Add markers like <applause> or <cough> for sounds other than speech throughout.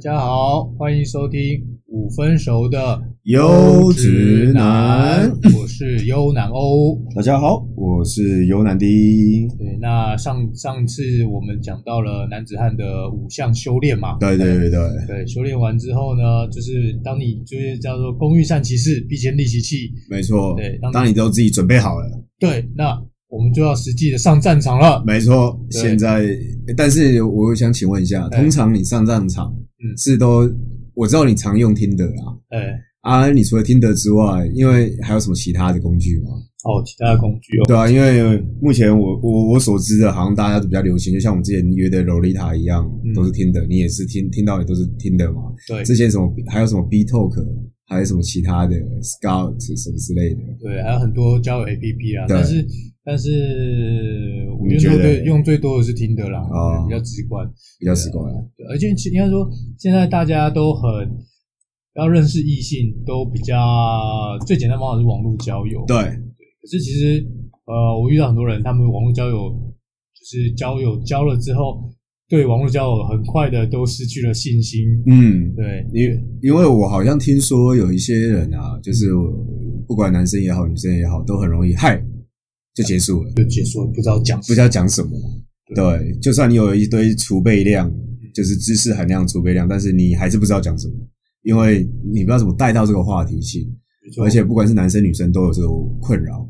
家好，欢迎收听五分熟的优质男，我是优男欧。大家好，我是尤南迪。对，那上上次我们讲到了男子汉的五项修炼嘛，对对对对，对，修炼完之后呢，就是当你就是叫做工欲善其事，必先利其器。没错。对当当你都自己准备好了，对，那我们就要实际的上战场了。没错。对现在，诶但是我想请问一下，哎通常你上战场嗯是都我知道你常用听的啦。哎，啊，你除了听的之外，因为还有什么其他的工具吗？哦，其他的工具哦，对啊，因为目前我我我所知的，好像大家都比较流行，就像我们之前约的洛丽塔一样嗯，都是听的。你也是听听到也都是听的嘛？对之前什么还有什么 B Talk，还有什么其他的 Scout 什么之类的。对，还有很多交友 APP 啦，对啊但是但是我你觉得觉对得用最多的是听的啦，哦比较直观。比较习惯了。对而且其应该说，现在大家都很要认识异性，都比较最简单的方法是网络交友。，对，可是其实呃，我遇到很多人，他们网络交友就是交友交了之后，对网络交友很快的都失去了信心。嗯，对，因因为我好像听说有一些人啊，就是我不管男生也好，女生也好，都很容易嗨就结束了，就解说不知道讲不知道讲什么。对，就算你有一堆储备量，就是知识含量储备量，但是你还是不知道讲什么，因为你不知道怎么带到这个话题性，没错而且不管是男生女生都有这个困扰，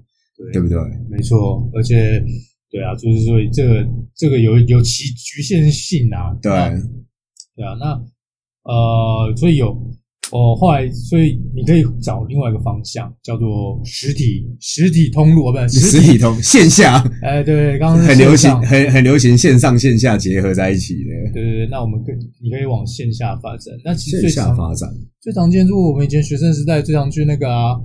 对不对？没错，而且对啊，就是说这个这个有有其局限性啊。对，那对啊，那呃，所以有哦，后来所以你可以找另外一个方向，叫做实体实体通路啊，不是实体通线下哎，对，刚刚是很流行线，上很很流行嗯线上线下结合在一起的对对对，那我们可以你可以往线下发展。那其实线最下常发展。最常见，就是我们以前学生时代最常去那个啊，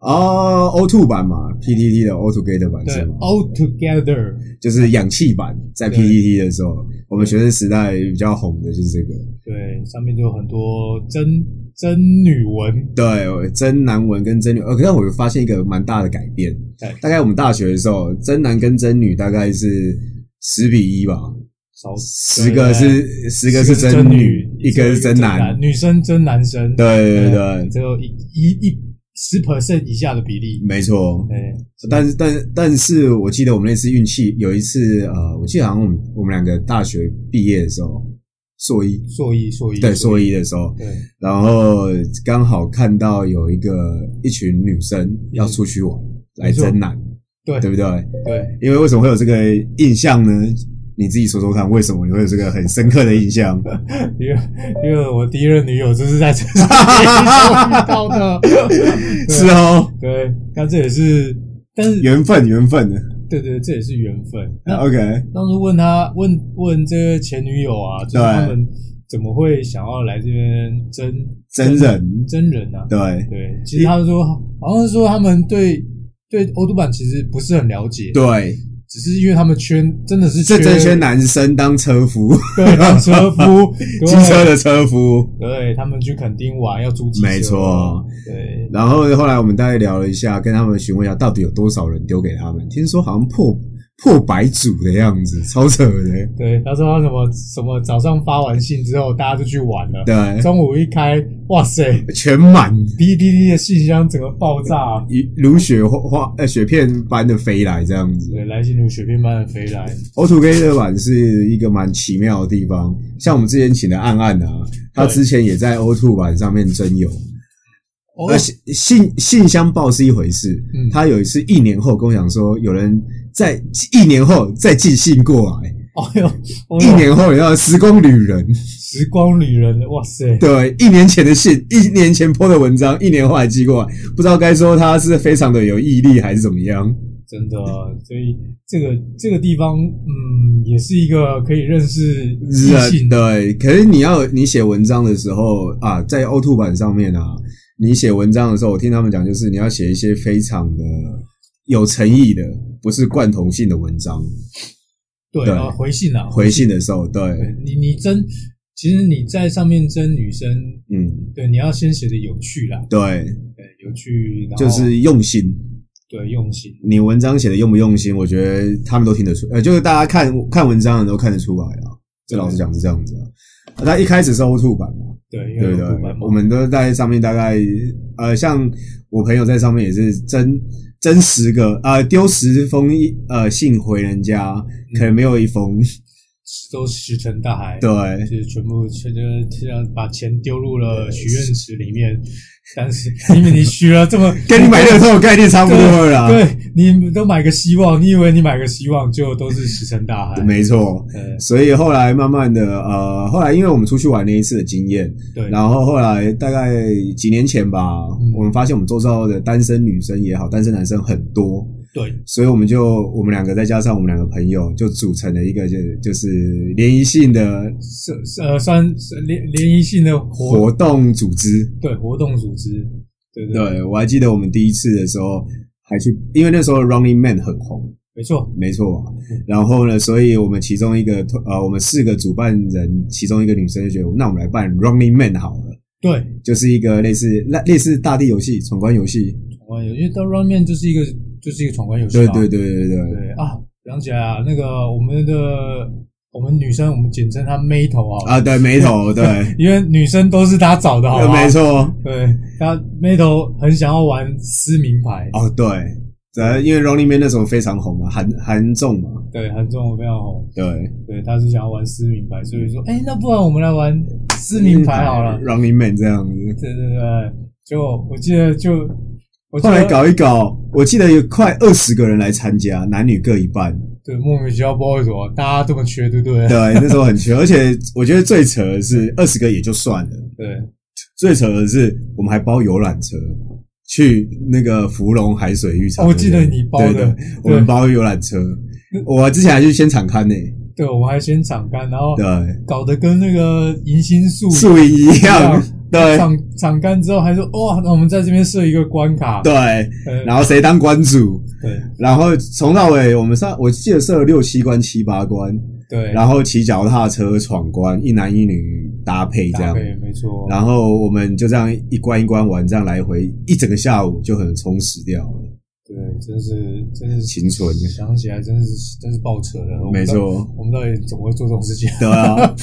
哦，O two 版嘛，PTT 的 O two Gate 版对是吗？ ，all together，就是氧气版，在对 PTT 的时候，我们学生时代比较红的就是这个。对，上面就有很多真真女文，对，真男文跟真女，呃，可是我发现一个蛮大的改变对。大概我们大学的时候，真男跟真女大概是十比一吧，少十个是十个是真女，一个是真男。女生真男生，对对呃对，只有一一一十 percent 以下的比例。哎没错。对，但是，但是但是我记得我们那次运气有一次，呃，我记得好像我们我们两个大学毕业的时候，硕一，硕一，硕一，对硕一的时候，对，然后刚好看到有一个一群女生要出去玩，来真男，对对不对？对，因为为什么会有这个印象呢？你自己说说看，为什么你会有这个很深刻的印象？因为因为我第一任女友就是在这上面遇到 <laughs> 的，是哦，对，那这也是，但是缘分，缘分的。对对，这也是缘分。那 OK，当初问他问问这个前女友啊，就是对他们怎么会想要来这边真真人，真人啊？对对，其实他们说，好像是说他们对对欧杜版其实不是很了解，对，只是因为他们圈真的是这这些缺男生当车夫， <laughs> 对当车夫，对机车的车夫。对他们去垦丁玩要租机车，没错，对然后后来我们大概聊了一下，跟他们询问一下到底有多少人丢给他们，听说好像破破百组的样子，超扯的。对，他说他什么什么早上发完信之后大家就去玩了，对，嗯中午一开，哇塞， <laughs> 全满，滴滴滴的信箱整个爆炸，一如雪花花呃雪片般的飞来这样子。对，来信如雪片般的飞来， O t o K 的版是一个蛮奇妙的地方，像我们之前请的暗暗啊，他对之前也在 O t o 版上面征友，哦而信信信箱报是一回事，嗯他有一次一年后跟我讲说，有人在一年后再寄信过来，哦哟，哦一哟年后你要时空旅人，时光旅人，哇塞，对，一年前的信，一年前 po 的文章，一年后还寄过来，不知道该说他是非常的有毅力还是怎么样。真的，所以这个这个地方，嗯，也是一个可以认识异性的，啊对，可是你要你写文章的时候啊，在 O two 版上面啊，你写文章的时候，我听他们讲，就是你要写一些非常的有诚意的，不是贯同性的文章。对，对呃回信啊，回信的时候，对，对你你真，其实你在上面真女生，嗯，对，你要先写的有趣啦，对，对，有趣，然后就是用心。对用心，你文章写的用不用心，我觉得他们都听得出，呃，就是大家看看文章的都看得出来啊。这老实讲是这样子啊。那一开始是 O two 版嘛，对，因对为不有对部门嘛，我们都在上面大概呃，像我朋友在上面也是真真十个呃丢十封一呃信回人家，可能没有一封， <laughs> 都石沉大海，对就是全部全就是把钱丢入了许愿池里面，但是因为你许了这么 <laughs> 跟你买乐透的概念差不多了啦。对你都买个希望，你以为你买个希望就都是石沉大海，没错。呃所以后来慢慢的，呃，后来因为我们出去玩那一次的经验，对，嗯然后后来大概几年前吧，我们发现我们周遭的单身女生也好，单身男生很多，对所以我们就我们两个再加上我们两个朋友，就组成了一个就是就是联谊性的是是呃算是联联谊性的活活动组织。对活动组织，对对，对我还记得我们第一次的时候，还去，因为那时候 Running Man 很红，没错，没错。啊嗯然后呢，所以我们其中一个呃，我们四个主办人其中一个女生就觉得，那我们来办 Running Man 好了，对，就是一个类似类类似大地游戏、闯关游戏。闯关游戏，因为到 Run Man 就是一个就是一个闯关游戏对嘛，对对对对对。对啊，想起来啊，那个我们的我们女生，我们简称她妹头啊，啊，对，眉头， <laughs> 对，因为女生都是她找的，好啊对吗？没，错。对，她妹头很想要玩撕名牌，哦，对，对，因为 Running Man 那时候非常红嘛，韩韩综嘛，对，韩综非常红，对，对，她是想要玩撕名牌，所以说，哎，那不然我们来玩撕名牌好了， ，Running Man 这样子。对对对，就我记得就我记后得来搞一搞，我记得有快二十个人来参加，男女各一半。对莫名其妙，不知道为什么大家这么缺，对不对？ <laughs> 对，那时候很缺，而且我觉得最扯的是二十个也就算了，对，最扯的是我们还包游览车去那个芙蓉海水浴场。哦我记得你包的对对对嗯我们包游览车，我之前还去现场看呢、对，我们还先长干，然后对，搞得跟那个银杏树嗯一样素营一样，对场场干之后还说哇，那我们在这边设一个关卡， <laughs> <laughs> 对，呃然后谁当关主？对然后从到尾，我们上我记得设了六七关、七八关，对，然后骑脚踏车闯关，一男一女搭配这搭样，配没错，然后我们就这样一关一关玩，这样来回一整个下午就很充实掉了。对，真是真是青春想起来真是真是爆扯的，我们没错，到，我们到底怎么会做这种事情？ <laughs> 对啊，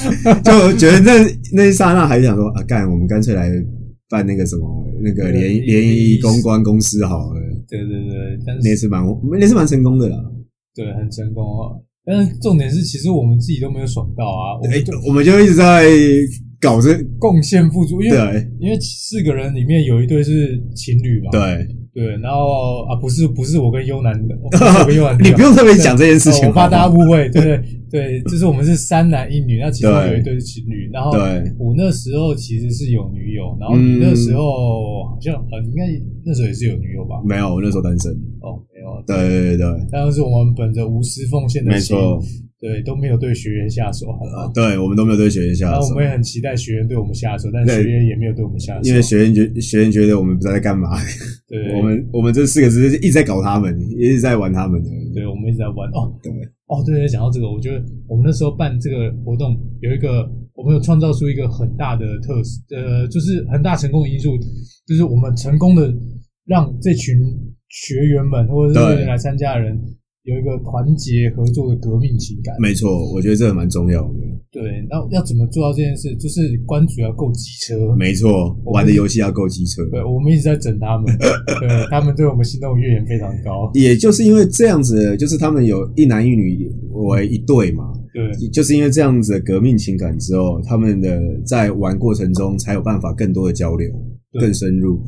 就觉得那那一刹那还想说啊，干，我们干脆来办那个什么那个联联谊公关公司好了。对哦对对，但那是次蛮那次蛮成功的啦，对很成功啊，但是重点是其实我们自己都没有爽到啊，我哎们就，我们就一直在搞这，贡献付出，因为对因为四个人里面有一对是情侣嘛，对，对，然后啊不是不是我跟优男 <laughs> 的，哦不是我跟优男的，你不用特别讲这件事哦情，我怕大家好吗误会。对对对，就是我们是三男一女，那其中有一对是情侣。然后对嗯我那时候其实是有女友，然后你那时候好像呃，应该那时候也是有女友吧？没有，我那时候单身。哦，没有。对对对对，但是我们本着无私奉献的没心，错，呃对，都没有对学员下手，好吗？对我们都没有对学员下然哦后我手们，也很期待学员对我们下手，但对学员也没有对我们下手，因为学员觉学员觉得我们不知道在干嘛，对我们我们这四个只是一直在搞他们，一直在玩他们。对，我们一直在玩哦。对哦，对对，讲到这个，我觉得我们那时候办这个活动有一个，我们有创造出一个很大的特色，呃，就是很大成功的因素，就是我们成功的让这群学员们或者对是来参加的人有一个团结合作的革命情感。没错，我觉得这个蛮重要的。对，那要怎么做到这件事？就是关主要够机车。没错，我们玩的游戏要够机车。对，我们一直在整他们，对他们对我们心动的怨言非常高。也就是因为这样子，就是他们有一男一女为一对嘛，对，就是因为这样子的革命情感之后，他们的在玩过程中才有办法更多的交流，对更深入，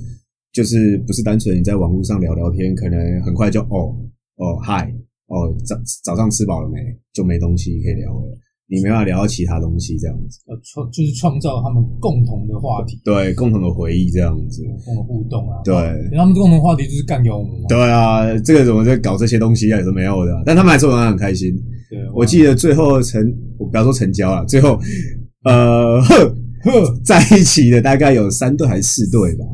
就是不是单纯你在网络上聊聊天，可能很快就哦哦嗨哦早早上吃饱了没，就没东西可以聊了，你没办法聊到其他东西这样子，呃，创就是创造他们共同的话题，对，共同的回忆这样子，共同互动啊。对。然后他们共同话题就是干掉我们嘛。对啊，这个怎么在搞这些东西啊？也是没有的啊，但他们还是玩得很开心。对，啊我记得最后成，我不要说成交啊了，最后呃呵呵，在一起的大概有三队还是四队吧，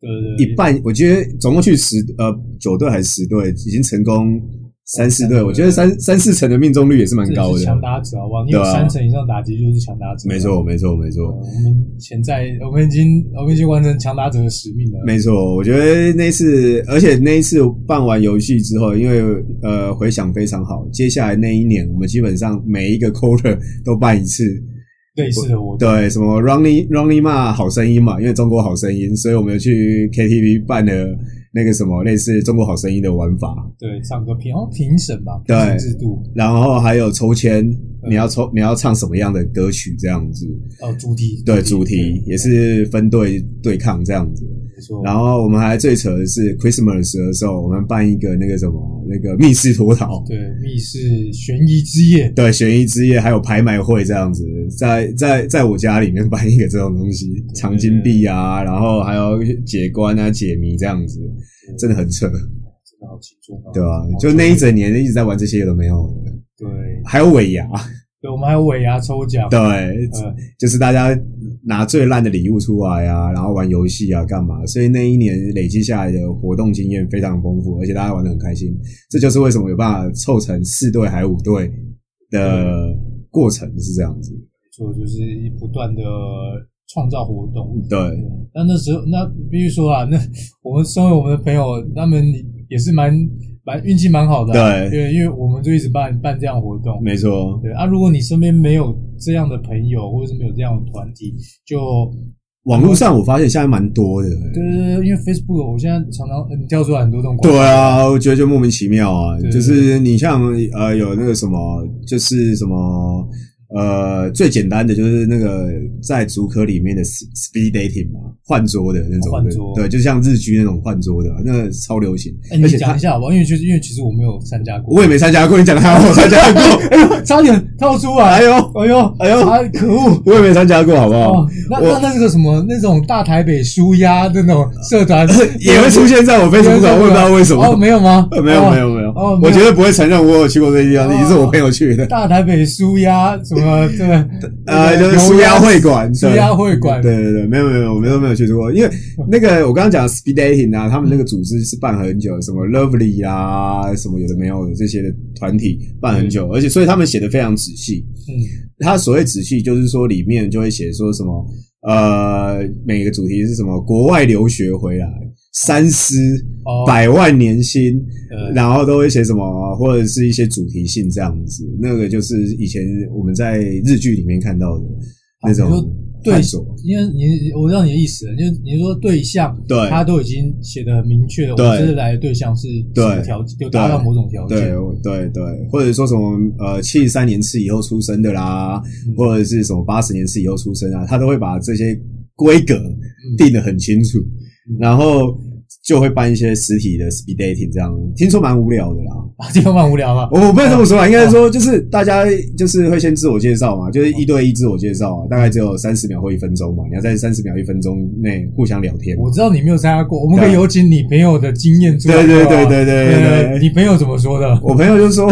对对一对，半我觉得总共去十呃九队还是十队，已经成功三四队，三我觉得三三四成的命中率也是蛮这高也是强的。打者好不好？你有对啊三成以上打击就是强打者，啊没错，没错，没对。错，我们潜在，我们已经，我们已经完成强打者的使命了。没错。我觉得那一次，而且那一次办完游戏之后，因为呃回响非常好，接下来那一年我们基本上每一个 quarter 都办一次，类似的活动。对，什么 Runny Runny Ma 好声音嘛，因为中国好声音，所以我们有去 KTV 办了那个什么类似中国好声音的玩法，对，唱歌评好像评审吧，评对审制度然后还有抽签，你要抽你要唱什么样的歌曲这样子，哦，主题对，哦主题也是分队对抗这样子。没错。然后我们还最扯的是 Christmas 的时候，我们办一个那个什么那个密室脱逃，对密室悬疑之夜，对，悬疑之夜还有拍卖会这样子，在在在我家里面 <laughs> 办一个这种东西，藏金币啊，然后还有解关啊、解谜这样子，真的很扯，真的好青春啊！对吧、好就那一整年一直在玩这些有的没有的，对还有尾牙，对，我们还有尾牙抽奖，对，呃，就是大家拿最烂的礼物出来啊，然后玩游戏啊，干嘛？所以那一年累积下来的活动经验非常丰富，而且大家玩的很开心。这就是为什么有办法凑成四队还五队的过程是这样子。做就是不断的创造活动。对那那时候，那必须说啊，那 <laughs> 我们身为我们的朋友，他们也是蛮蛮运气蛮好的啊、对对，因为我们就一直办办这样的活动。没错，对啊，如果你身边没有这样的朋友，或者是没有这样的团体，就网络上我发现现在蛮多的。对对对，因为 Facebook 我现在常常嗯跳出来很多这种广告对，啊，我觉得就莫名其妙啊对，就是你像呃有那个什么，就是什么呃最简单的就是那个在足科里面的 sp- speed dating 嘛，换桌的那种的，换桌对，就像日居那种换桌的，那个超流行，哎，你而且讲他一下好不好？因为其实因为其实我没有参加过，我也没参加过，你讲的还好我参加过，哎呦， <laughs> 差点跳出哎来，呦哎呦哎呦，哎，可恶！我也没参加过，好不好？哦，那我那那是个什么那种大台北舒压的那种社团 <laughs> 也会出现在我 Facebook 上，我也不知道为什么。哦，没有吗？呃没有哦没有没有哦，没有我绝对不会承认我有去过这些地方，哦也是我朋友去的。大台北舒压什么这个呃，就是舒压会馆，舒对压会馆对对对，没有没有，我们都没有去过，因为那个我刚刚讲 speed dating 啊，他们那个组织是办很久，什么 lovely 啊，什么有的没有的这些的团体办很久，而且所以他们写的非常仔细。嗯他所谓仔细，就是说里面就会写说什么，呃，每个主题是什么，国外留学回来，三思，哦百万年薪，呃然后都会写什么，或者是一些主题性这样子。那个就是以前我们在日剧里面看到的那你啊说种对探索。因为你我知道你的意思了，就是你说对象，对他都已经写的很明确了，我对们这次来的对象是对什么条件，有达到某种条件，对对对，或者说什么呃七十三年次以后出生的啦，嗯或者是什么八十年次以后出生啊，他都会把这些规格嗯定得很清楚，然后就会办一些实体的 speed dating，这样听说蛮无聊的啦。啊，这个蛮无聊了。我我不能这么说啊啦，应该说就是大家就是会先自我介绍嘛，就是一对一自我介绍啊，大概只有三十秒或一分钟嘛，你要在三十秒一分钟内互相聊天。我知道你没有参加过，我们可以对有请你朋友的经验做参考啊。对对对对对对对呃你朋友怎么说的？我朋友就说，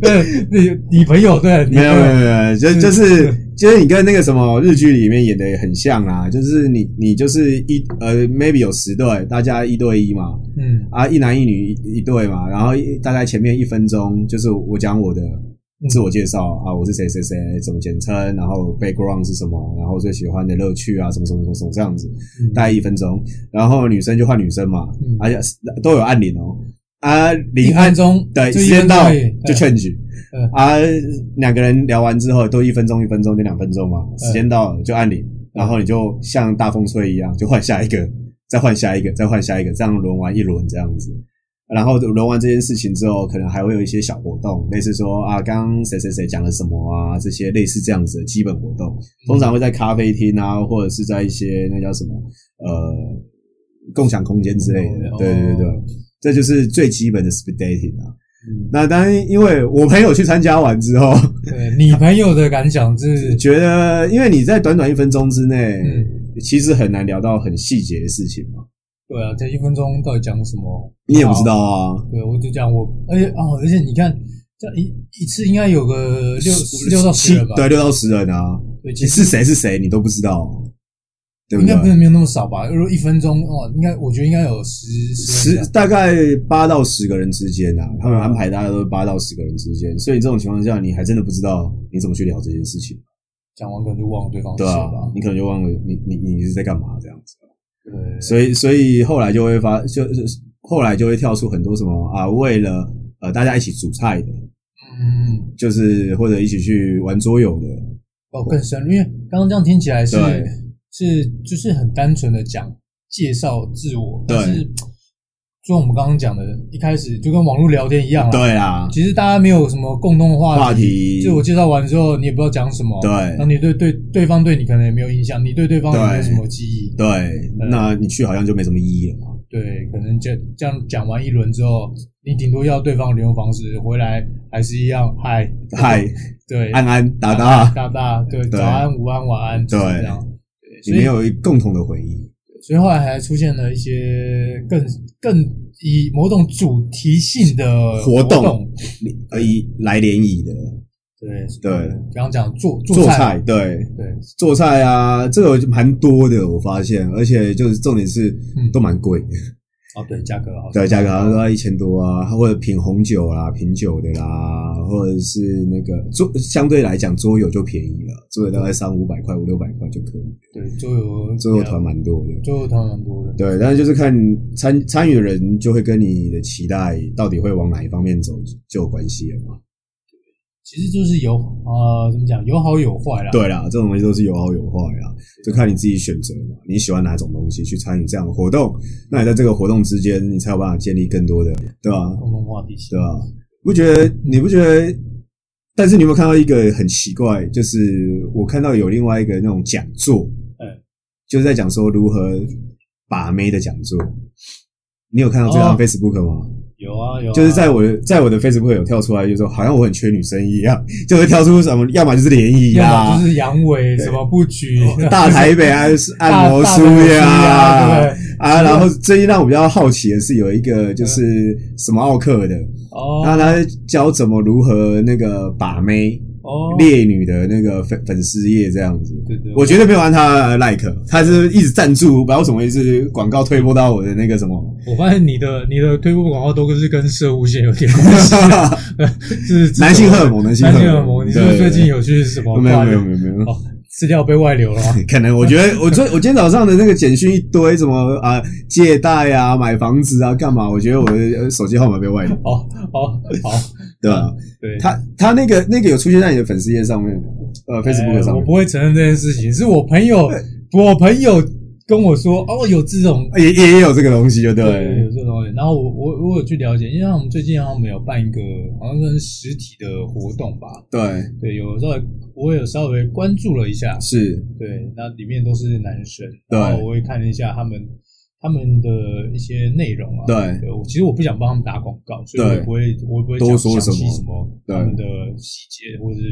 对，你你朋友对，嗯你没有朋没友有没有没有，就是就是就是你跟那个什么日剧里面演的很像啦，就是你你就是一呃 maybe 有十对，大家一对一嘛，嗯啊一男一女一一对嘛，然后一大概前面一分钟就是我讲我的嗯自我介绍啊，我是谁谁谁，怎么简称，然后 background 是什么，然后最喜欢的乐趣啊，什么什么什么什么这样子，嗯大概一分钟，然后女生就换女生嘛嗯，而且都有按铃哦，啊一铃按分钟，对，就时一间分钟到而已就嗯 change 嗯啊，两个人聊完之后都一分钟一分钟就两分钟嘛，时间到了就按铃，然后你就像大风吹一样，就换下一个， <laughs> 再换下一个，再换下一个，这样轮完一轮这样子。然后轮完这件事情之后，可能还会有一些小活动，类似说啊，刚刚谁谁谁讲了什么啊，这些类似这样子的基本活动，通常会在咖啡厅啊，或者是在一些那叫什么呃共享空间之类的。哦对对对，这就是最基本的 speed dating 啊。嗯那当然，因为我朋友去参加完之后， <laughs> 对你朋友的感想是，觉得因为你在短短一分钟之内，嗯，其实很难聊到很细节的事情嘛，对啊，这一分钟到底讲什么？你也不知道啊。对，我就讲我，而且哦，而且你看，这样一一次应该有个六五六到十七人吧？对，六到十人啊，对，你其实是谁是谁你都不知道，啊对不应该不对？能没有那么少吧？如果一分钟哦，应该我觉得应该有十十人这样大概八到十个人之间啊，他们安排大概都是八到十个人之间，所以这种情况下，你还真的不知道你怎么去聊这件事情，讲完可能就忘了对方是对谁啊吧？，你可能就忘了你你你是在干嘛这样子。对，所以所以后来就会发，就就是后来就会跳出很多什么啊，为了呃大家一起煮菜的，嗯，就是或者一起去玩桌游的，哦，更深入，因为刚刚这样听起来是对是就是很单纯的讲介绍自我，对但是就像我们刚刚讲的，一开始就跟网络聊天一样啦，对啊，其实大家没有什么共同的话话题啊自我介绍完之后，你也不知道讲什嗯么，对然后你对对对方对你可能也没有印象，你对对方也没有什么记忆，对，那你去好像就没什么意义了嘛。对，可能就这样讲完一轮之后，你顶多要对方的联络方式，回来还是一样嗨，嗨，对，啊安安达达，大大，对，对早安、午安、晚安，就是对这样。对你所以没有共同的回忆，所以后来还出现了一些更更以某种主题性的活动，动你而呃以来联谊的对对比方讲做做菜，菜，对对做菜啊，这个就蛮多的，我发现，而且就是重点是嗯都蛮贵，哦对，价格好像对，价格好像都要一千多啊，或者品红酒啦、品酒的啦，或者是那个桌，相对来讲桌游就便宜了，桌游大概三五百块、五六百块就可以，对桌游桌游团蛮多的。桌游团蛮多的，对，但是就是看参参与的人就会跟你的期待到底会往哪一方面走就有关系了嘛。其实就是有呃怎么讲有好有坏啦，对啦，这种东西都是有好有坏啦，就看你自己选择嘛，你喜欢哪种东西去参与这样的活动，那你在这个活动之间，你才有办法建立更多的，对吧、共同话题性对吧、啊不觉得？你不觉得？但是你有没有看到一个很奇怪？就是我看到有另外一个那种讲座，嗯就是在讲说如何把妹的讲座。你有看到这张哦 Facebook 吗？有啊有啊，就是在我的在我的 Facebook 有跳出来，就说好像我很缺女生一样，就会跳出什么，要么就是联谊要啊么，就是阳痿什么布局， <laughs> 大台北啊，就是按摩大梳大呀、大对不对啊，然后最近让我比较好奇的是，有一个嗯就是什么奥克的，哦那他教怎么如何那个把妹哦烈女的那个粉粉丝页这样子。对对，我绝对没有按他的 like，他是一直赞助，不知道为什么一直广告推播到我的那个什 <laughs> 么，我发现你的你的推播广告都是跟射物线有点关 <laughs> 系啊， <laughs> 是是男性荷尔蒙，男性男荷性荷尔尔蒙。蒙。你是不是对最近有去什么没有跨没年？有没有没有，哦，资料被外流了吗。 <laughs> 可能我觉得我昨我今天早上的那个简讯一堆，什么啊借贷啊、买房子啊、干嘛？我觉得我的呃手机号码被 <laughs> 外流，哦哦好，对吧？对。他他那个那个有出现在你的粉丝页上面吗，呃，Facebook 哎上我面不会承认这件事情，是我朋友，我朋友跟我说，哦，有这种，也也也有这个东西，就对有了。这种东西。然后我我我有去了解，因为我们最近好像没有办一个好像跟实体的活动吧，对，对，有稍微我有稍微关注了一下，是，对，那里面都是男生，对然后我会看了一下他们他们的一些内容啊，对我其实我不想帮他们打广告，所以我对也不会我也不会多讲说详细什什么么对他们的细节或者是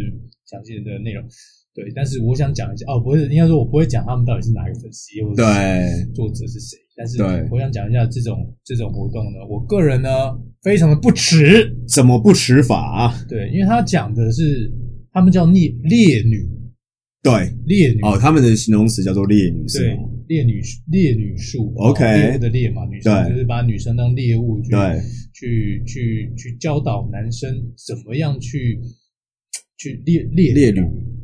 详细的内容，对，但是我想讲一下哦，不是应该说我不会讲他们到底是哪个粉丝或者对，是作者是谁，但是对我想讲一下这种这种活动呢，我个人呢非常的不耻，怎么不持法？啊对，因为他讲的是他们叫烈烈女对，烈女哦，他们的形容词叫做烈女，是对吗？，猎女猎女术 OK 猎物的猎嘛，女生对就是把女生当猎物去对去去去教导男生怎么样去去猎猎烈女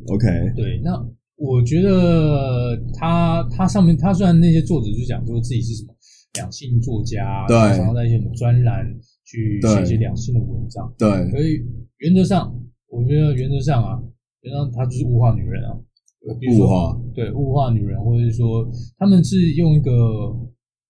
，OK，对，那我觉得他他上面他虽然那些作者就讲说自己是什么两性作家，啊对然后在一些什么专栏去写对一些两性的文章，对，所以原则上我觉得原则上啊，原则上他就是物化女人啊，比如物说化，对物化女人，或者是说他们是用一个，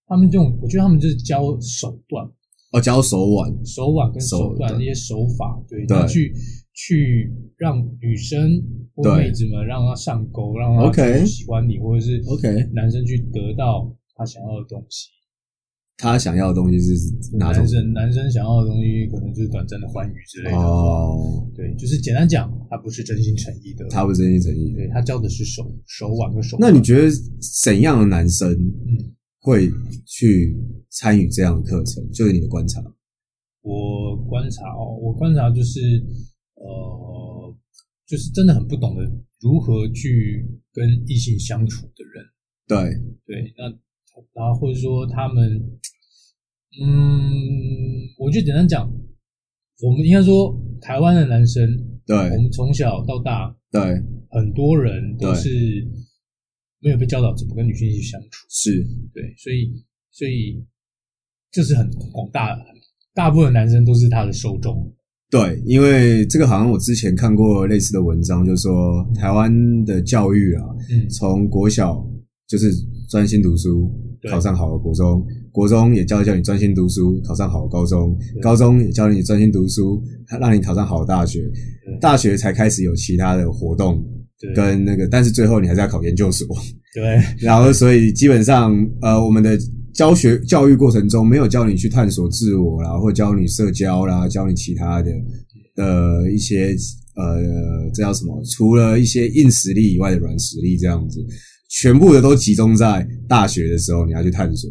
他们用，我觉得他们就是教手段、哦，教手腕，手腕跟手段手段那些手法，对，对然后去去让女生或对妹子们让她上钩，让她 OK 去喜欢你，或者是 OK 男生去得到他想要的东西。他想要的东西是哪种男？生男生想要的东西可能就是短暂的欢愉之类的。哦，对，就是简单讲，他不是真心诚意的，他不真心诚意。对他教的是手手腕跟手那段。你觉得怎样的男生嗯。会去参与这样的课程？就是你的观察，我观察哦，我观察就是呃，就是真的很不懂得如何去跟异性相处的人，对，对，那然后或者说他们，嗯，我就简单讲，我们应该说台湾的男生，我对，们从小到大，对，很多人都对是没有被教导怎么跟女性去相处，是，对，所以所以这是很广大，大部分男生都是他的受众。对，因为这个好像我之前看过类似的文章，就说台湾的教育啊，嗯从国小就是专心读书，对考上好的国中，国中也教教你专心读书，考上好的高中对，高中也教你专心读书，让你考上好的大学对，大学才开始有其他的活动对跟那个，但是最后你还是要考研究所，对然后所以基本上呃，我们的教学教育过程中没有教你去探索自我啦，或教你社交啦，教你其他的呃一些呃这叫什么？除了一些硬实力以外的软实力这样子，全部的都集中在大学的时候你要去探索，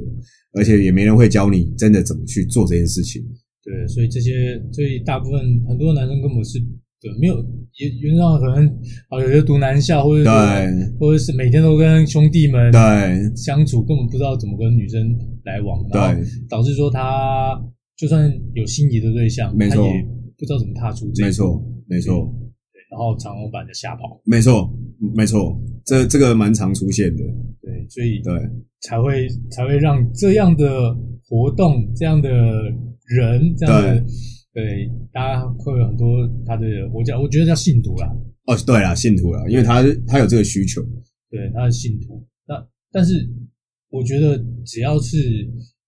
而且也没人会教你真的怎么去做这件事情。对，所以这些，所以大部分很多男生根本是对没有，也原则上可能啊，有些读男校，或者对说或者是每天都跟兄弟们对相处，根本不知道怎么跟女生来往，然后对，导致说他就算有心仪的对象，没错他也不知道怎么踏出这一步没，错没错对然后长龙版的瞎跑，没错没错，这这个蛮常出现的，对，所以对。才会才会让这样的活动、这样的人、这样的对大家会有很多他的，我叫我觉得叫信徒啦，哦，对啦，信徒啦，因为他他有这个需求，对他的信徒。那但是我觉得只要是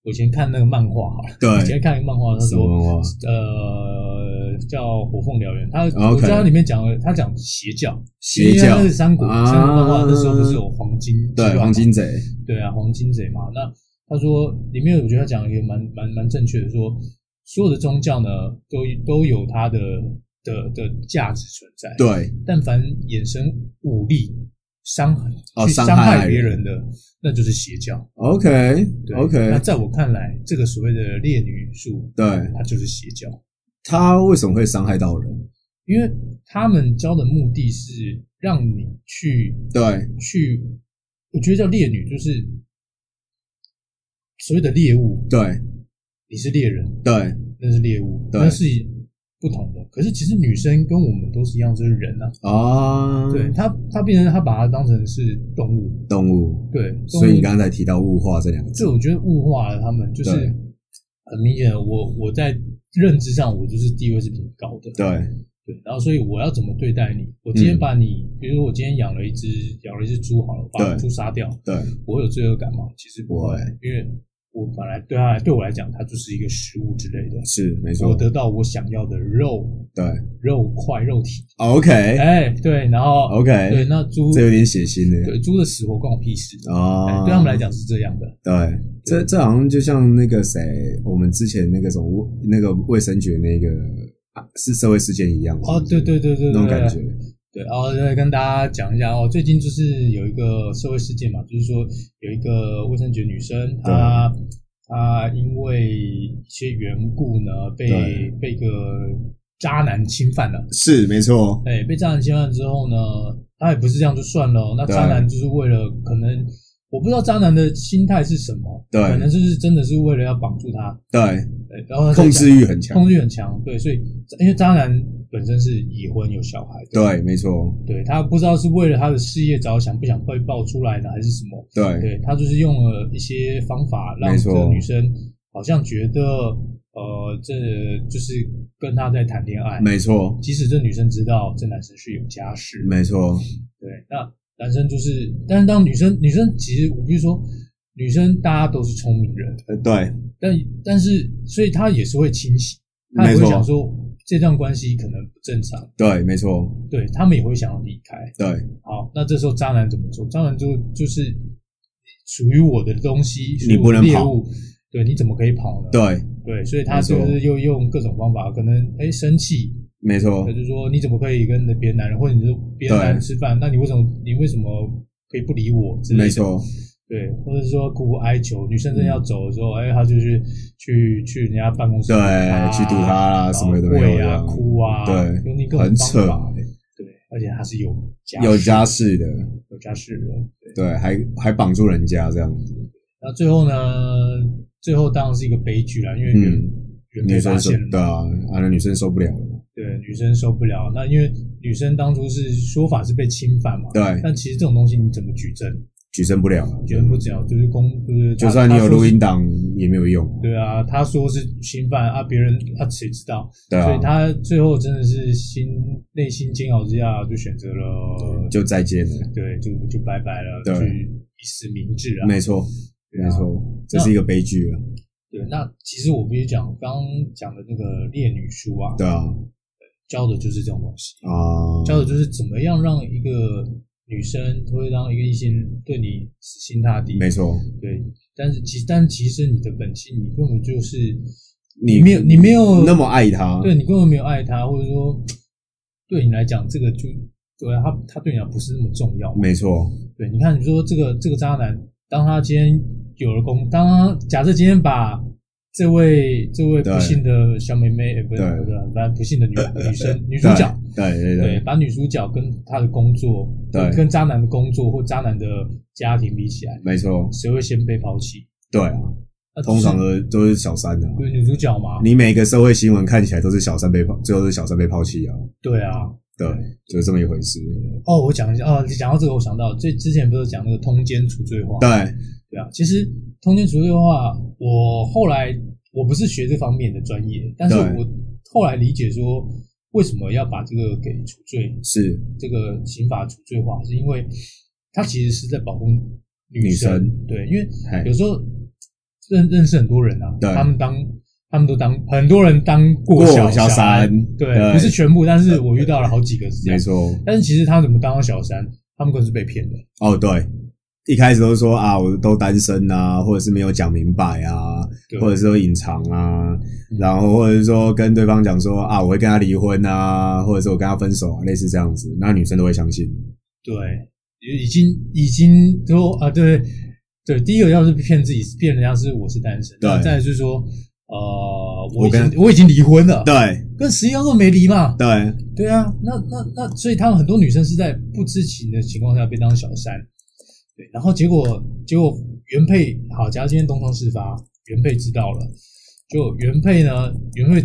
我以前看那个漫画好了，对以前看一个漫画，他什说么文化？呃叫《火凤燎原》，他啊我 OK 知道它里面讲了，他讲邪教，邪因为教那是三国，啊三国漫画那时候不是有黄金计划对，吗黄金贼，对啊，黄金贼嘛。那他说里面我觉得他讲的也蛮蛮蛮正确的说，所有的宗教呢都都有它的的的价值存在。，对但凡衍生武力伤害、哦去伤伤害害别人人的，那就是邪教。 ，OK 对 OK，那在我看来，这个所谓的烈女术，对它就是邪教，他为什么会伤害到人？因为他们教的目的是让你去对去，我觉得叫猎女，就是所谓的猎物，对你是猎人，对那是猎物，对那是不同的。可是其实女生跟我们都是一样，就是人啊。啊，对，她，她变成她把它当成是动物，动物，对，动物所以你刚才提到物化这两个字这我觉得物化了他们，就是对很明显的，我我在认知上我就是地位是比你高的，对对，然后所以我要怎么对待你？我今天嗯把你，比如说我今天养了一只养了一只猪好了，把对猪杀掉，对我会有罪恶感吗？其实不会不会，因为我本来对他来对我来讲，它就是一个食物之类的，是没我错，得到我想要的肉对肉块肉体， ，OK 哎、对，然后 OK，对，那猪这有点血腥的对猪的死活关我屁事、哎啊，对他们来讲是这样的，对，这这好像就像那个谁，我们之前那个什么卫那个卫生局那个啊是社会事件一样哦，是对不是对对对对，那种感觉，对，然后再跟大家讲一下哦，最近就是有一个社会事件嘛，就是说有一个卫生局女生，她她因为一些缘故呢，被对被个渣男侵犯了。是没错，哎，被渣男侵犯之后呢，他也不是这样就算了哦、那对渣男就是为了可能，我不知道渣男的心态是什么，对可能就是真的是为了要绑住她，对，哎然后他就控制欲很想强，控制欲很强，对，所以因为渣男本身是已婚有小孩的，对，没错，对他不知道是为了他的事业着想，不想被爆出来呢，还是什么？对对他就是用了一些方法让没这错个女生好像觉得，呃，这就是跟他在谈恋爱。没错，即使这女生知道这男生是有家室，没错，对，那男生就是，但是当女生，女生其实我必须说，女生大家都是聪明人，呃对，但但是所以她也是会清醒，她也没会错想说这段关系可能不正常，对，没错，对他们也会想要离开。对，好，那这时候渣男怎么做？渣男就就是属于我的东西，你不能属于我的跑猎物，对，你怎么可以跑呢？对，对所以他没错就是又用各种方法，可能哎生气，没错他，就说你怎么可以跟别的男人，或者你是别的对男人吃饭，那你为什么你为什么可以不理我之类的？没，错，对，或者是说苦苦哀求，女生真的要走的时候，哎、他就去去去人家办公室对堵她，去堵她啦然后什么都没有跪这啊，样哭啊，对用那各很种扯方法，，对，而且他是有家有室家室的，有家室的人。对，还还绑住人家这样子，那最后呢？最后当然是一个悲剧啦，因为原嗯，原女被生发受现了对嘛，啊，啊，那女生受不了了，对女生受不了。那因为女生当初是说法是被侵犯嘛，对但其实这种东西你怎么举证？举证不了了，啊举证不了，就是公就是就算你有录音，档，他也没有用。对啊，他说是侵犯啊，别人啊谁知道？对啊，所以他最后真的是心内心煎熬之下，就选择了就再见了。对，就就拜拜了，去对以死明志啊。没错，对啊没错，这是一个悲剧啊。对，那其实我必须讲，刚刚讲的那个《烈女书》啊，对啊，教的就是这种东西，啊，教的就是怎么样让一个女生会让一个异性对你死心塌地。没错，对，但是其但其实你的本性，你根本就是你没有你没有那么爱他，哦对你根本没有爱他，或者说对你来讲，这个就对啊，他他对你来讲不是那么重要嘛。没错，对，你看你说这个这个渣男，当他今天有了功，当他假设今天把这位这位不对幸的小妹妹，呃不是对不是，反正不幸的 <laughs> 女女生女主对角，，对对对，对把女主角跟她的工作，对跟渣男的工作或渣男的家庭比起来，没错，谁会先被抛弃？对啊，那通常就是都都是小三的啊。对女主角嘛，你每个社会新闻看起来都是小三被抛，最后是小三被抛弃啊，对啊，对，就是这么一回事。哦，我讲一下哦，你讲到这个，我想到最之前不是讲那个通奸除罪化？对，对啊，其实通奸除罪化，我后来我不是学这方面的专业，但是对我后来理解说，为什么要把这个给除罪，是这个刑法除罪化，是因为它其实是在保护女女生对，因为嘿有时候认认识很多人啊，对他们当他们都当很多人当过小小三，对，对不是全部，但是我遇到了好几个是这没样。错，但是其实他们怎么当到小三，他们可能是被骗的。哦对，一开始都说啊，我都单身啊，或者是没有讲明白啊，对嗯或者是说隐藏啊，然后或者是说跟对方讲说啊，我会跟他离婚啊，或者是我跟他分手啊，类似这样子，那女生都会相信。对，已经已经都啊，对对，第一个要是骗自己，骗人家是我是单身，对然后再来就是说，呃，我我已跟经我已经离婚了，对跟实际上都没离嘛。对，对啊，那那那，所以他们很多女生是在不知情的情况下被当小三，对，然后结果结果原配好，假如今天东窗事发，原配知道了，就原配呢，原配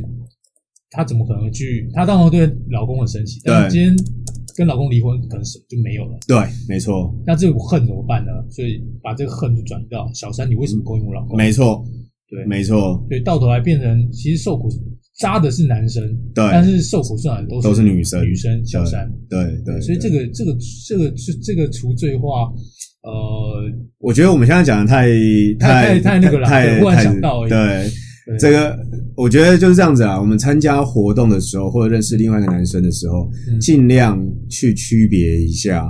她怎么可能去？她当然对老公很生气，但是今对天跟老公离婚，可能什么就没有了。对，没错，那这股恨怎么办呢？所以把这个恨就转移到小三，你为什么勾引我老公？没错，对，没错，对，到头来变成其实受苦渣的是男生，对但是受苦受难都是都是女生女生小三。对对。所以这对个这个这个这这个除罪化，呃，我觉得我们现在讲的太太太太那个了太对忽然太想到而已对对这个，我觉得就是这样子啊。我们参加活动的时候，或者认识另外一个男生的时候嗯，尽量去区别一下，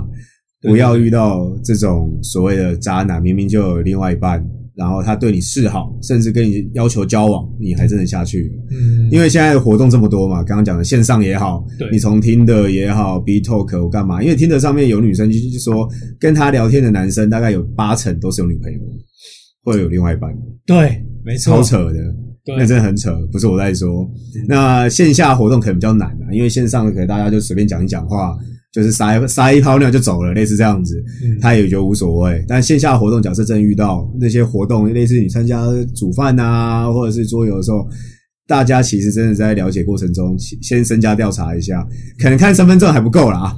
对不要遇到这种所谓的渣男，明明就有另外一半，然后他对你示好，甚至跟你要求交往，你还真的下去了。嗯，因为现在的活动这么多嘛，刚刚讲的线上也好对，你从听的也好，B Talk 我干嘛？因为听的上面有女生就就说，跟她聊天的男生大概有八成都是有女朋友，或者有另外一半，对，没错超，扯的，对那真的很扯，不是我在说。那线下活动可能比较难啊，因为线上可能大家就随便讲一讲话，就是撒一撒一泡尿就走了，类似这样子。嗯他也觉得无所谓。但线下活动，假设真遇到那些活动，类似你参加煮饭啊，或者是桌游的时候，大家其实真的在了解过程中，其先身家调查一下，可能看身份证还不够啦。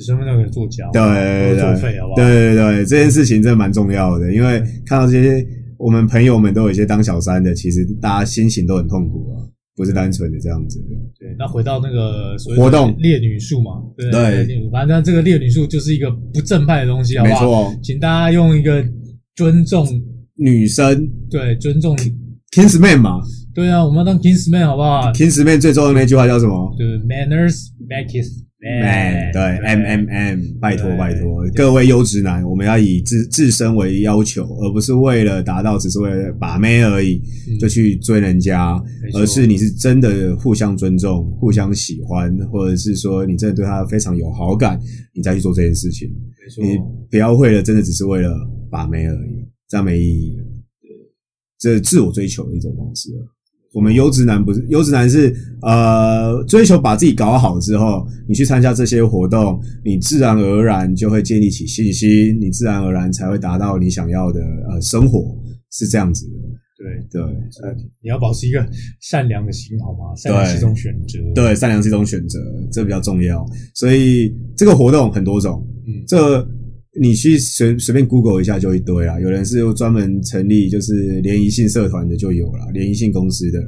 身份证给作假，对或者对对作废，好不好？对对对，这件事情真的蛮重要的，因为看到这些我们朋友们都有一些当小三的，其实大家心情都很痛苦啊，不是单纯的这样子。对，那回到那个所谓的活动烈女术嘛，对对烈女反正这个烈女术就是一个不正派的东西，好不没好？错，哦请大家用一个尊重，女生对，尊重， Kingsman 嘛对啊，我们要当 Kingsman 好不好？ ，Kingsman 最重要的那句话叫什么？对，manners make is man， Man，对，M M M，拜托对拜托对，各位优质男，我们要以自自身为要求，而不是为了达到只是为了把妹而已嗯就去追人家没，错而是你是真的互相尊重、互相喜欢，或者是说你真的对他非常有好感，你再去做这件事情。没错，你不要为了真的只是为了把妹而已，这样没意义了。这是自我追求的一种方式了。我们优质男不是优质男是呃追求把自己搞好之后，你去参加这些活动，你自然而然就会建立起信心，你自然而然才会达到你想要的呃生活，是这样子的。对，对，呃你要保持一个善良的心，好吗？善良是一种选择，对，善良是一种选择，这比较重要。所以这个活动很多种，嗯，这你去随随便 Google 一下就一堆啦，有人是专门成立就是联谊性社团的就有啦，联谊性公司的啦，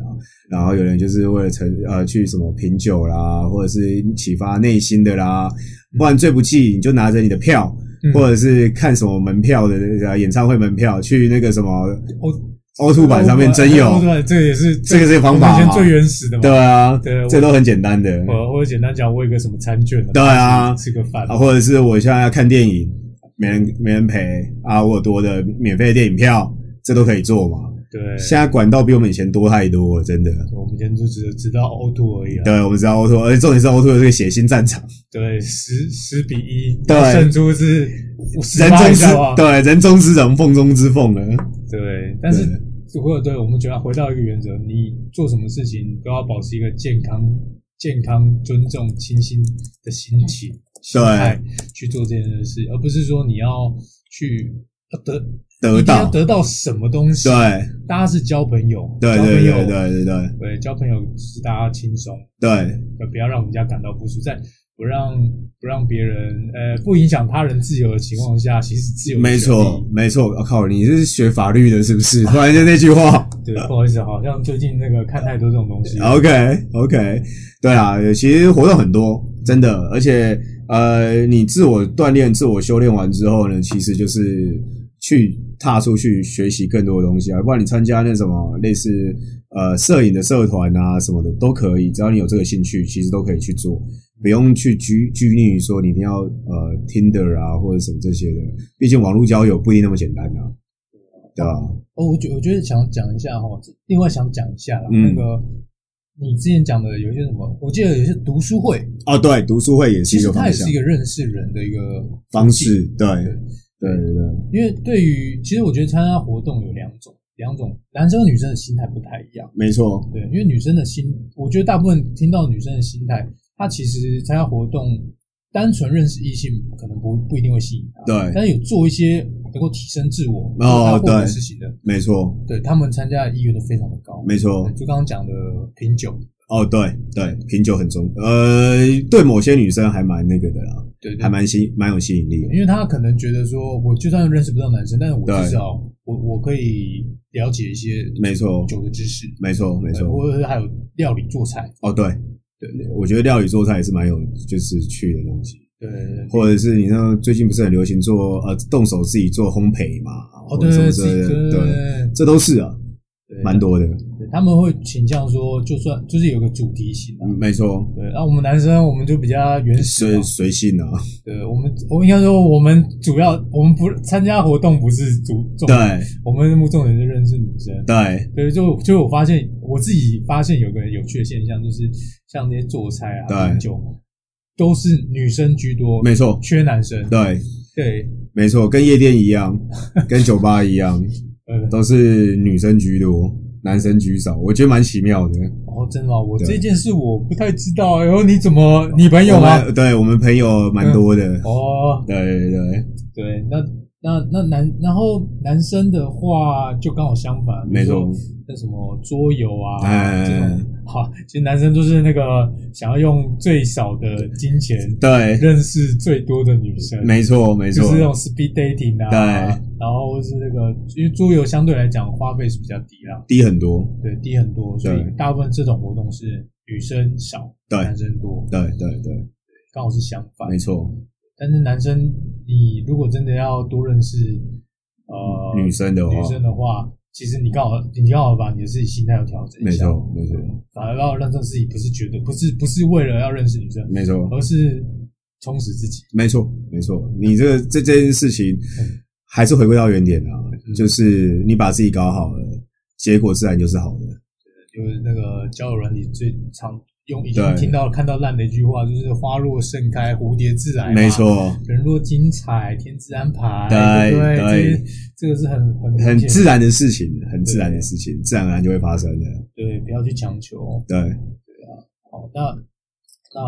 然后有人就是为了成呃去什么品酒啦，或者是启发内心的啦，不然最不济你就拿着你的票，嗯或者是看什么门票的呃演唱会门票去那个什么欧凹凸版上面真有，欧版这个也是这个是个方我法们以前嘛最原始的嘛。对啊，对我这都很简单的，呃，或者简单讲，我有个什么餐券，对啊吃个饭啊，，或者是我现在要看电影，没人没人陪啊，我有多的免费的电影票，这都可以做嘛。对，现在管道比我们以前多太多了，真的。我们以前就只知道呕吐而已啊。对，我们知道 O 2而且重点是 O 2的这个血腥战场，对，十十比一，对胜出是人18中以之下啊。对人中之龙，凤中之凤了。对，但是如果对我们觉得回到一个原则，你做什么事情都要保持一个健康、健康、尊重、清新的心情、心态去做这件事，而不是说你要去要得得一定到要得到什么东西。对，大家是交朋友，对交对朋友对对对对对交朋友是大家轻松，对呃，不要让人家感到不舒服，在不让不让别人呃不影响他人自由的情况下，其实自由对，的没错权利。没错。我、靠，你是学法律的，是 <laughs> 不是？突然间那句话。对，不好意思，好像最近那个看太多这种东西。啊 OK OK，对啊，其实活动很多，真的，而且呃，你自我锻炼、自我修炼完之后呢，其实就是去踏出去学习更多的东西啊，不然你参加那什么类似呃摄影的社团啊什么的都可以，只要你有这个兴趣，其实都可以去做。不用去拘拘泥于说你一定要呃 Tinder 啊或者什么这些的，毕竟网络交友不一定那么简单啊，对吧、哦，我觉我觉得想讲一下哈，另外想讲一下啦，嗯那个你之前讲的有一些什么，我记得有一些读书会，哦，对，读书会也是其一实个它方也是向一个认识人的一个方式，对对对对对。因为对于其实我觉得参加活动有两种，两种男生和女生的心态不太一样。没错，对，因为女生的心，我觉得大部分听到女生的心态，她其实参加活动，单纯认识异性可能不不一定会吸引她，对但是有做一些能够提升自我、哦做大获对得事情的，没错，对他们参加的意愿都非常的高。没错对。就刚刚讲的品酒，哦，对对，品酒很重，呃，对某些女生还蛮那个的啦，对，对还蛮吸，蛮有吸引力的。因为他可能觉得说，我就算认识不到男生，但是我对至少我我可以了解一些没错，酒的知识，没错，没对错。或者是还有料理做菜，哦，对对，我觉得料理做菜也是蛮有就是趣的东西，对对对或者是你像最近不是很流行做呃动手自己做烘焙嘛，哦，或者对什对么之类对的，对，对这都是啊，对，蛮多的，对。他们会倾向说，就算就是有个主题型的、嗯没错，对，那、我们男生我们就比较原始随嘛，随性啊，对，我们我应该说我们主要我们不参加活动不是主重 <laughs> 对点，我们的目重点是认识女生，对对，就就我发现我自己发现有个有趣的现象，就是像那些做菜啊、对品酒，都是女生居多，没错，缺男生。对对，没错，跟夜店 <laughs> 一样，跟酒吧一样，呃，都是女生居多，男生居少，我觉得蛮奇妙的。哦，真的吗？我对这件事我不太知道。然后你怎么，你朋友我吗？们对我们朋友蛮多的，哦，对对对，对，那那那男，然后男生的话就刚好相反，没错，比如说那什么桌游啊、哎这种。好，其实男生就是那个想要用最少的金钱对，认识最多的女生。没错没就错是，那种 speed dating 啊，对然后或是那个，因为桌游相对来讲花费是比较低啦，低很多，对，低很多，所对以大部分这种活动是女生少，对男生多，对对对，刚好是相反。没错，但是男生，你如果真的要多认识呃女生的话，女生的话，其实你刚好你刚好把你的自己心态要调整一没下，错没错反而要让自己不是觉得不是不是为了要认识女生，没错而是充实自己。没错没错，你这个这这件事情嗯还是回归到原点啊，就是你把自己搞好了，结果自然就是好的。就是那个交友软体最常用，已对经听到看到烂的一句话，就是“花落盛开，蝴蝶自来”。没，错，人若精彩，天自安排。对对不对这这个是很很很明显自然的事情，很自然的事情，自然而然就会发生的。对，不要去强求。对，好，那那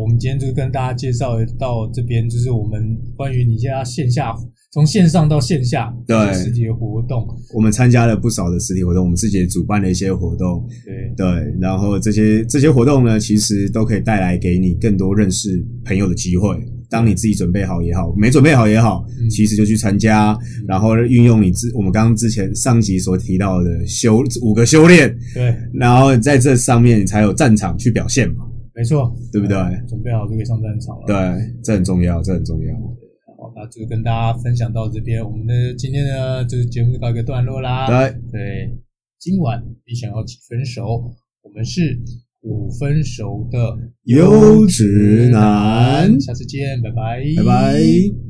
我们今天就跟大家介绍到这边，就是我们关于你现在线下从线上到线下对这些实体的活动，我们参加了不少的实体活动，我们自己也主办了一些活动，对对，然后这些这些活动呢，其实都可以带来给你更多认识朋友的机会，当你自己准备好也好，没准备好也好，嗯其实就去参加，然后运用你之我们刚刚之前上集所提到的修五个修炼，对，然后在这上面你才有战场去表现嘛，没错，对不对？准备好就可以上战场了。对，这很重要，这很重要。好，那就跟大家分享到这边，我们的今天呢，就是节目告一个段落啦。对，对，今晚你想要几分熟？我们是五分熟的优质男下次见，拜拜，拜拜。